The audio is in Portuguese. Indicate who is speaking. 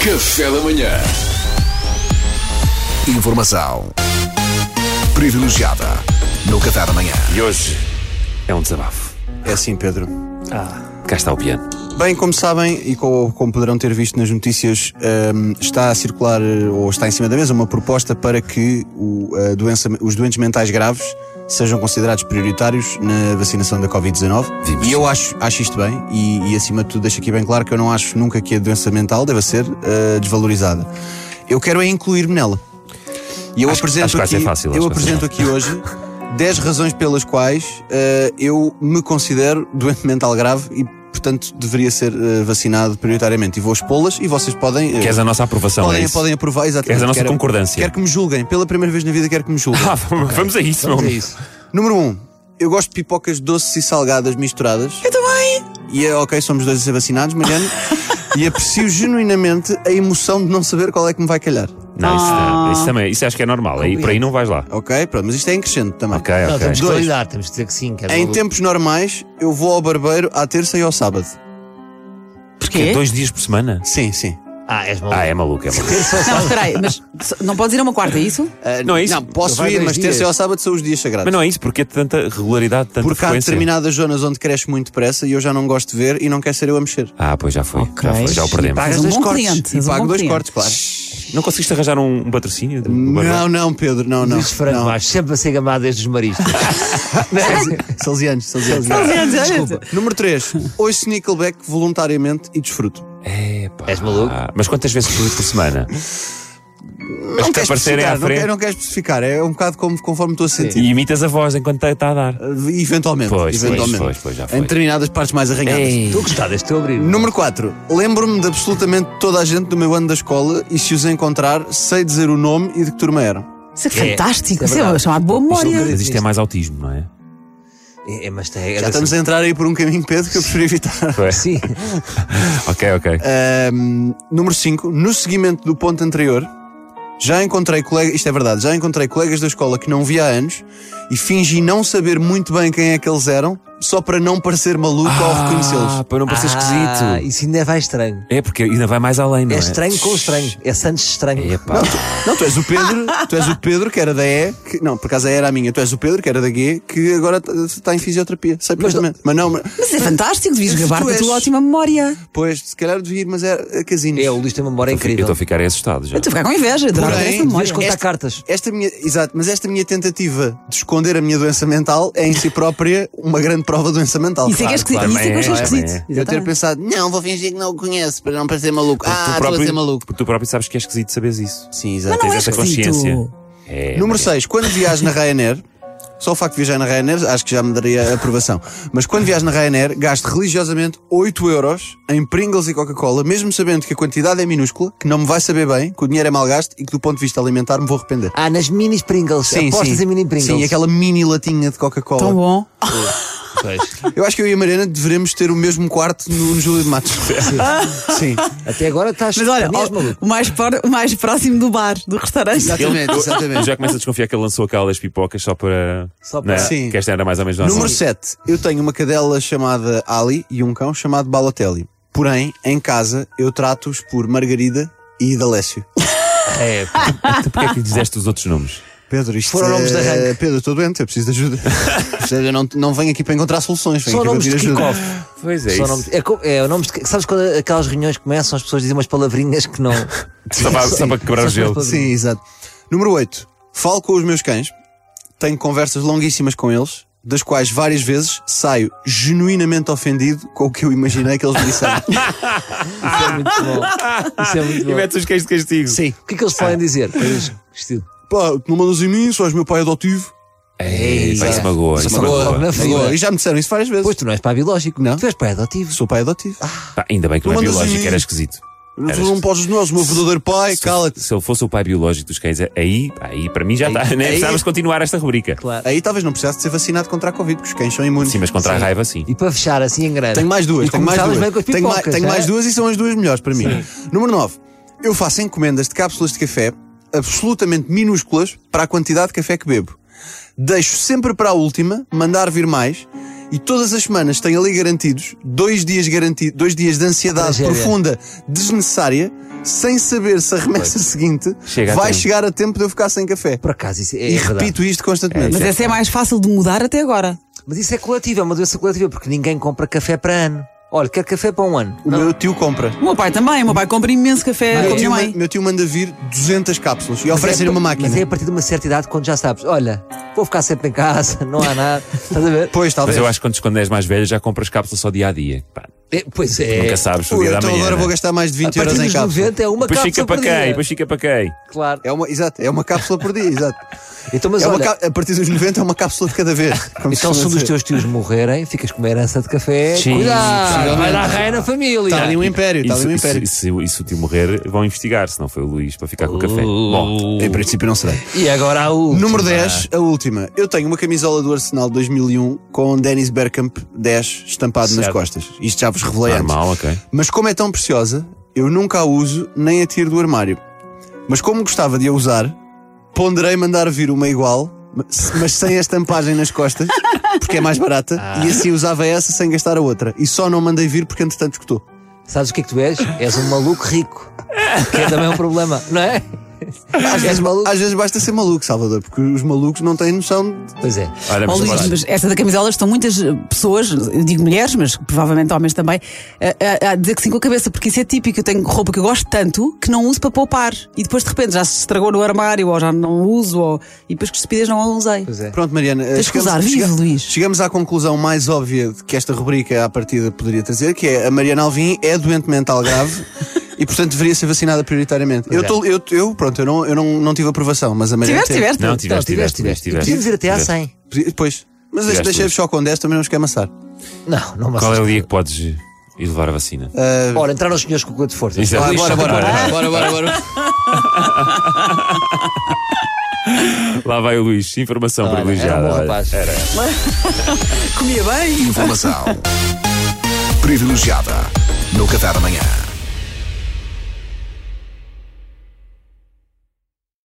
Speaker 1: Café da Manhã. Informação privilegiada no Café da Manhã.
Speaker 2: E hoje é um desabafo.
Speaker 3: É assim, Pedro.
Speaker 2: Cá está o piano.
Speaker 3: Bem, como sabem e co- como poderão ter visto nas notícias, hum, está a circular eh, ou está em cima da mesa uma proposta para que o, a doença- os doentes mentais graves sejam considerados prioritários na vacinação da Covid-19.
Speaker 2: Vimos.
Speaker 3: E eu acho, acho isto bem e, e, acima de tudo, deixo aqui bem claro que eu não acho nunca que a doença mental deva ser eh, desvalorizada. Eu quero é incluir-me nela. E eu
Speaker 2: Acho-
Speaker 3: apresento
Speaker 2: acho que vai
Speaker 3: aqui,
Speaker 2: ser fácil, acho
Speaker 3: eu
Speaker 2: que vai ser
Speaker 3: apresento aqui hoje 10 razões pelas quais eh, eu me considero doente mental grave e, portanto, deveria ser eh, vacinado prioritariamente. E vou expô-las e vocês podem. eh,
Speaker 2: Queres a nossa aprovação?
Speaker 3: podem,
Speaker 2: é isso?
Speaker 3: podem aprovar, exatamente.
Speaker 2: Queres a nossa
Speaker 3: Quero-
Speaker 2: concordância?
Speaker 3: Quero que me julguem. Pela primeira vez na vida, quero que me julguem.
Speaker 2: Ah, vamos vamos a isso,
Speaker 3: Vamos
Speaker 2: meu
Speaker 3: a
Speaker 2: amigo.
Speaker 3: isso. Número 1. Um, eu gosto de pipocas doces e salgadas misturadas. Eu também! E é ok, somos dois a ser vacinados, Mariano. e aprecio genuinamente a emoção de não saber qual é que me vai calhar.
Speaker 2: Não, isso,
Speaker 4: Ah.
Speaker 2: não, isso também, isso acho que é normal. Aí, por aí não vais lá.
Speaker 3: Ok? Pronto, mas isto é em crescendo também.
Speaker 2: Ok,
Speaker 4: Não, temos
Speaker 2: ok.
Speaker 4: que
Speaker 3: Dois.
Speaker 4: validar, temos que dizer que sim. Que é
Speaker 3: Em
Speaker 4: do-
Speaker 3: tempos normais, eu vou ao barbeiro à terça e ao sábado.
Speaker 2: É
Speaker 3: é?
Speaker 5: Porquê?
Speaker 2: dois dias por semana?
Speaker 3: Sim, sim.
Speaker 4: Ah, és maluco.
Speaker 2: Ah, é maluco, é maluco.
Speaker 5: Não, espera aí, mas so- não podes ir a uma quarta, é isso?
Speaker 2: Não é isso?
Speaker 3: Ah, Não, posso
Speaker 4: vai
Speaker 3: ir,
Speaker 4: dois
Speaker 3: mas
Speaker 4: dias.
Speaker 3: terça e ao sábado são os dias sagrados.
Speaker 2: Mas não é isso, porque é tanta regularidade, tanta
Speaker 3: Porque há
Speaker 2: frequência.
Speaker 3: determinadas zonas onde cresce muito depressa e eu já não gosto de ver e não quero ser eu a mexer.
Speaker 2: Ah, pois já foi. Já foi, já o perdemos.
Speaker 5: Pagas És um dois bom cortes. cliente,
Speaker 3: E
Speaker 5: és um
Speaker 3: pago
Speaker 5: bom
Speaker 3: dois
Speaker 5: cliente.
Speaker 3: cortes, claro.
Speaker 2: Não conseguiste arranjar um, um patrocínio? do- do
Speaker 3: tá. Não,
Speaker 2: barbeiro?
Speaker 3: não, Pedro, não, não.
Speaker 4: Luís Franco
Speaker 3: não.
Speaker 4: Macho, sempre a ser gamado desde os maristas.
Speaker 3: Salesianos, salesianos.
Speaker 5: Salesianos, olha.
Speaker 3: Desculpa. Número 3. Ouço Nickelback voluntariamente e desfruto.
Speaker 2: É, pá.
Speaker 4: És maluco?
Speaker 2: Mas quantas vezes por, por semana?
Speaker 3: Não
Speaker 2: que
Speaker 3: quero
Speaker 2: aparecerem à
Speaker 3: especificar, não
Speaker 2: frente.
Speaker 3: quero, não quero especificar. É um bocado como, conforme estou a sentir.
Speaker 2: E imitas a voz enquanto está a dar.
Speaker 3: Uh, Eventualmente.
Speaker 2: Pois, pois,
Speaker 3: eventualmente.
Speaker 2: pois, pois, já foi.
Speaker 3: Em determinadas partes mais arranhadas.
Speaker 4: Estou a gostar deste teu abrir.
Speaker 3: Número 4. Lembro-me de absolutamente toda a gente do meu ano da escola e se os encontrar, sei dizer o nome e de que turma eram.
Speaker 5: Isso é
Speaker 4: É, isso
Speaker 5: fantástico,
Speaker 4: é
Speaker 5: isso é
Speaker 4: verdade.
Speaker 5: chamado boa memória.
Speaker 2: Mas isto é mais autismo, não é?
Speaker 4: É, é, mas tem. é
Speaker 3: Já
Speaker 4: da-
Speaker 3: estamos a entrar aí por um caminho, Pedro, que eu prefiro evitar.
Speaker 4: Sim.
Speaker 2: Ok, ok.
Speaker 3: É, Ahm, número 5. No seguimento do ponto anterior, já encontrei colegas, isto é verdade, já encontrei colegas da escola que não vi há anos e fingi não saber muito bem quem é que eles eram, só para não parecer maluco ao
Speaker 2: Ah,
Speaker 3: reconhecê-los.
Speaker 2: para não parecer
Speaker 4: Ah,
Speaker 2: esquisito.
Speaker 4: Isso ainda vai estranho.
Speaker 2: É, porque ainda vai mais além, não é?
Speaker 4: É estranho com estranho. É Santos estranho.
Speaker 2: É, pá.
Speaker 3: Não, tu és o Pedro, tu és o Pedro que era da E, que, não, por acaso a E era a minha, tu és o Pedro que era da G, que agora está em fisioterapia, sei perfeitamente. Mas não, mas-
Speaker 5: Mas é fantástico, devias
Speaker 3: Tu
Speaker 5: gravar da
Speaker 3: és-
Speaker 5: tua ótima memória.
Speaker 3: pois, se calhar devia ir, mas é a casino.
Speaker 4: É, o Luís tem uma memória
Speaker 2: Eu estou
Speaker 4: incrível.
Speaker 2: a ficar aí assustado já.
Speaker 5: Eu estou a ficar com inveja, adorava
Speaker 3: Porém,
Speaker 5: ter essa
Speaker 4: Devias
Speaker 5: memória.
Speaker 4: contar
Speaker 3: Este-
Speaker 4: cartas.
Speaker 3: Tá Esta minha, exato, mas esta minha tentativa de esconder a minha doença mental é em si própria uma grande prova de doença mental.
Speaker 5: Isso é que
Speaker 3: Claro,
Speaker 5: é esquisito.
Speaker 3: claro.
Speaker 5: Isso é que eu achei
Speaker 2: Também é,
Speaker 5: esquisito.
Speaker 2: também
Speaker 3: Eu ter
Speaker 5: Exatamente.
Speaker 3: pensado, não, vou fingir que não o conheço para não parecer maluco. ah,
Speaker 2: tu
Speaker 3: estou a ser maluco.
Speaker 2: porque tu próprio sabes que é esquisito saberes isso.
Speaker 3: Sim,
Speaker 5: Mas
Speaker 3: exato.
Speaker 5: não é
Speaker 2: Tens essa consciência.
Speaker 5: esquisito.
Speaker 2: É,
Speaker 3: Número
Speaker 2: Maria.
Speaker 3: 6. Quando viajo na Ryanair, só o facto de viajar na Ryanair acho que já me daria aprovação. Mas quando viajo na Ryanair, gasto religiosamente 8 euros em Pringles e Coca-Cola, mesmo sabendo que a quantidade é minúscula, que não me vai saber bem, que o dinheiro é mal gasto e que do ponto de vista alimentar me vou arrepender.
Speaker 4: Ah, nas mini Pringles. Apostas em mini Pringles.
Speaker 3: Sim, aquela mini latinha de
Speaker 5: Tão
Speaker 3: Coca-Cola.
Speaker 5: bom.
Speaker 4: Pois.
Speaker 3: Eu acho que eu e a Mariana deveremos ter o mesmo quarto no, no Júlio de Matos. Sim.
Speaker 4: Até agora estás.
Speaker 5: Mas olha,
Speaker 4: É mesmo, maluco.
Speaker 5: o- o mais, por- o mais próximo do bar, do restaurante.
Speaker 3: Exatamente,
Speaker 2: Eu
Speaker 3: exatamente.
Speaker 2: já começo a desconfiar que ele lançou aquela das pipocas só para.
Speaker 4: Só para-
Speaker 2: Não é?
Speaker 3: Sim.
Speaker 2: Que esta era mais ou menos nossa.
Speaker 3: Número 7. Eu tenho uma cadela chamada Ali e um cão chamado Balotelli. Porém, em casa, eu trato-os por Margarida e Idalécio.
Speaker 4: É, pá.
Speaker 2: Porquê é que lhe disseste os outros nomes?
Speaker 3: Pedro, isto
Speaker 4: Foram
Speaker 3: é...
Speaker 4: nomes de arranque.
Speaker 3: Pedro, eu estou doente, eu preciso de ajuda. eu não, não venho aqui para encontrar soluções, venho
Speaker 4: Só
Speaker 3: aqui para
Speaker 4: nomes de
Speaker 3: pedir ajuda.
Speaker 4: kick-off.
Speaker 2: Pois é.
Speaker 4: Só nomes- é co- é, o nome de- sabes quando aquelas reuniões começam, as pessoas dizem umas palavrinhas que não.
Speaker 2: Só para, só para quebrar o
Speaker 4: Só para-
Speaker 2: gelo.
Speaker 3: Sim, exato. Número 8. Falo com os meus cães, tenho conversas longuíssimas com eles, das quais várias vezes saio genuinamente ofendido com o que eu imaginei que eles me disseram.
Speaker 4: Isso é muito bom. Isso é muito
Speaker 2: E
Speaker 4: bom.
Speaker 2: metes os queijos de castigo.
Speaker 3: Sim.
Speaker 4: O que é que eles podem dizer? Coisas estilo.
Speaker 3: Pá, tu não mandas em mim, só és meu pai adotivo.
Speaker 2: Ei, pá,
Speaker 4: Ei,
Speaker 2: É, isso magoa. Isso
Speaker 4: É, magoa.
Speaker 2: magoa.
Speaker 4: Não
Speaker 3: Agora, E já me disseram isso várias vezes.
Speaker 4: Pois tu não és pai biológico,
Speaker 3: Não.
Speaker 4: Tu és pai adotivo.
Speaker 3: Sou pai adotivo.
Speaker 2: Pá, ainda bem que não é
Speaker 3: Não mandas em
Speaker 2: biológico,
Speaker 3: mim.
Speaker 2: era esquisito.
Speaker 3: não
Speaker 2: eras-
Speaker 3: não podes nós, o meu verdadeiro pai, cala-te.
Speaker 2: Se ele fosse o pai biológico dos cães, aí, pá, aí para mim já está. Nem
Speaker 3: aí-
Speaker 2: precisávamos continuar esta rubrica.
Speaker 4: Claro.
Speaker 3: Aí talvez não precisasse de ser vacinado contra a Covid, porque os cães são imunes.
Speaker 2: Sim, mas contra a raiva, sim.
Speaker 4: E para fechar assim em grande.
Speaker 3: Tenho mais duas,
Speaker 4: E
Speaker 3: tenho mais
Speaker 4: começavas
Speaker 3: duas.
Speaker 4: bem com as
Speaker 3: tenho
Speaker 4: pipocas,
Speaker 3: mais, tenho
Speaker 4: é?
Speaker 3: mais duas e são as duas melhores para mim. Número 9. Eu faço encomendas de cápsulas de café absolutamente minúsculas para a quantidade de café que bebo. Deixo sempre para a última, mandar vir mais E todas as semanas tenho ali garantidos dois dias garantidos, dois dias de ansiedade
Speaker 4: Tragédia.
Speaker 3: profunda, desnecessária, sem saber se a remessa seguinte
Speaker 2: Chega a
Speaker 3: vai
Speaker 2: tempo.
Speaker 3: chegar a tempo de eu ficar sem café.
Speaker 4: Por acaso, isso é, é
Speaker 3: e
Speaker 4: verdade.
Speaker 3: repito isto constantemente.
Speaker 5: Mas essa é mais fácil de mudar até agora.
Speaker 4: Mas isso é coletivo, é uma doença coletiva, porque ninguém compra café para ano. Olha, quer café para um ano.
Speaker 3: o meu tio compra.
Speaker 5: O meu pai também. O meu pai compra imenso café
Speaker 3: Meu
Speaker 5: com a
Speaker 3: tio,
Speaker 5: minha
Speaker 3: man-
Speaker 5: mãe.
Speaker 3: meu tio manda vir 200 cápsulas e
Speaker 4: é Mas
Speaker 3: oferecem-lhe
Speaker 4: é-
Speaker 3: uma máquina.
Speaker 4: Mas é a partir de uma certa idade quando já sabes, olha, vou ficar sempre em casa, não há nada. Estás a ver?
Speaker 3: Pois,
Speaker 2: Mas
Speaker 3: talvez.
Speaker 2: eu acho que quando, quando és mais velho já compras cápsulas só dia a dia. Pá,
Speaker 4: É, pois é.
Speaker 2: Nunca sabes o
Speaker 3: Ui,
Speaker 2: dia da
Speaker 3: então
Speaker 2: manhã.
Speaker 3: agora
Speaker 2: né?
Speaker 3: vou gastar mais de
Speaker 4: A
Speaker 3: 20 euros
Speaker 4: partir
Speaker 3: em
Speaker 4: dos
Speaker 3: cápsula.
Speaker 4: 90 é uma
Speaker 2: Depois
Speaker 4: cápsula
Speaker 2: fica para
Speaker 4: por
Speaker 2: quem?
Speaker 4: dia.
Speaker 2: Depois fica para quem?
Speaker 4: Claro.
Speaker 3: É uma, exato, é uma cápsula por dia, exato.
Speaker 4: Então, mas
Speaker 3: É uma
Speaker 4: olha,
Speaker 3: cá- a partir dos 90 é uma cápsula de cada vez. como se
Speaker 4: então se um
Speaker 3: costuma
Speaker 4: dos
Speaker 3: dizer.
Speaker 4: teus tios morrerem, ficas com uma herança de café.
Speaker 2: Sim,
Speaker 4: Cuidado, vai
Speaker 3: possivelmente.
Speaker 4: dar raia na família.
Speaker 3: Está ali um império, está ali
Speaker 2: Isso-
Speaker 3: um
Speaker 2: isso-
Speaker 3: império.
Speaker 2: Se se- se o tio morrer, vão investigar, se não foi o Luís para ficar com o café.
Speaker 4: Uh.
Speaker 2: Bom,
Speaker 3: Em princípio não será.
Speaker 4: E agora há o.
Speaker 3: Número 10, a última. Eu tenho uma camisola do Arsenal 2001 com Dennis Bergkamp 10 estampado nas
Speaker 2: Certo.
Speaker 3: costas. Isto já vos revelei antes.
Speaker 2: normal, ok.
Speaker 3: Mas como é tão preciosa, eu nunca a uso nem a tiro do armário. Mas como gostava de a usar, ponderei mandar vir uma igual, mas mas sem a estampagem nas costas, porque é mais barata,
Speaker 2: Ah.
Speaker 3: e assim usava essa sem gastar a outra. E só não mandei vir porque entretanto escutou.
Speaker 4: Sabes o que é que tu és? És um maluco rico. Que é também um problema, não é?
Speaker 3: Às vezes,
Speaker 4: és maluco.
Speaker 3: às vezes basta ser maluco, Salvador, porque os malucos não têm noção de.
Speaker 4: Pois é.
Speaker 2: Olha,
Speaker 5: Ó,
Speaker 2: mas,
Speaker 5: Luís,
Speaker 2: mas-
Speaker 5: mas essa da camisola estão muitas eh, pessoas, eu digo mulheres, mas provavelmente homens também, a, a- a dizer que sim com a cabeça, porque isso é típico. Eu tenho roupa que eu gosto tanto que não uso para poupar. E depois de repente já se estragou no armário, ou já não uso, ou... e depois que estupidez não a usei.
Speaker 4: Pois é.
Speaker 3: Pronto, Mariana. eh,
Speaker 5: Tens que usar, vive,
Speaker 3: chega-
Speaker 5: Luís.
Speaker 3: Chegamos à conclusão mais óbvia de que esta rubrica à partida poderia trazer, que é a Mariana Alvim é doente mental grave e, portanto, deveria ser vacinada prioritariamente. Eu, tô- eu, eu, pronto, eu, não, eu não, não tive aprovação, mas a Mariana.
Speaker 5: Tiveste, tiveste.
Speaker 2: Não, tiveste,
Speaker 4: Não,
Speaker 2: tiveste, tiveste.
Speaker 4: E Podíamos ir até à 100.
Speaker 3: tiveste. Pois. Mas
Speaker 2: Tiveste,
Speaker 3: deixei-vos só com 10, também não os quero amassar.
Speaker 4: Não, não me
Speaker 2: Qual é o
Speaker 4: assustes.
Speaker 2: dia que podes ir levar a vacina?
Speaker 4: Ora, entraram os senhores com o cu de força.
Speaker 2: Exato.
Speaker 3: Ah, bora, bora, bora, bora, bora, bora.
Speaker 2: Lá vai o Luís, informação
Speaker 4: Ora, era um
Speaker 2: privilegiada.
Speaker 4: bom
Speaker 2: olha.
Speaker 4: rapaz.
Speaker 5: Comia bem.
Speaker 1: Informação privilegiada no Café da Manhã.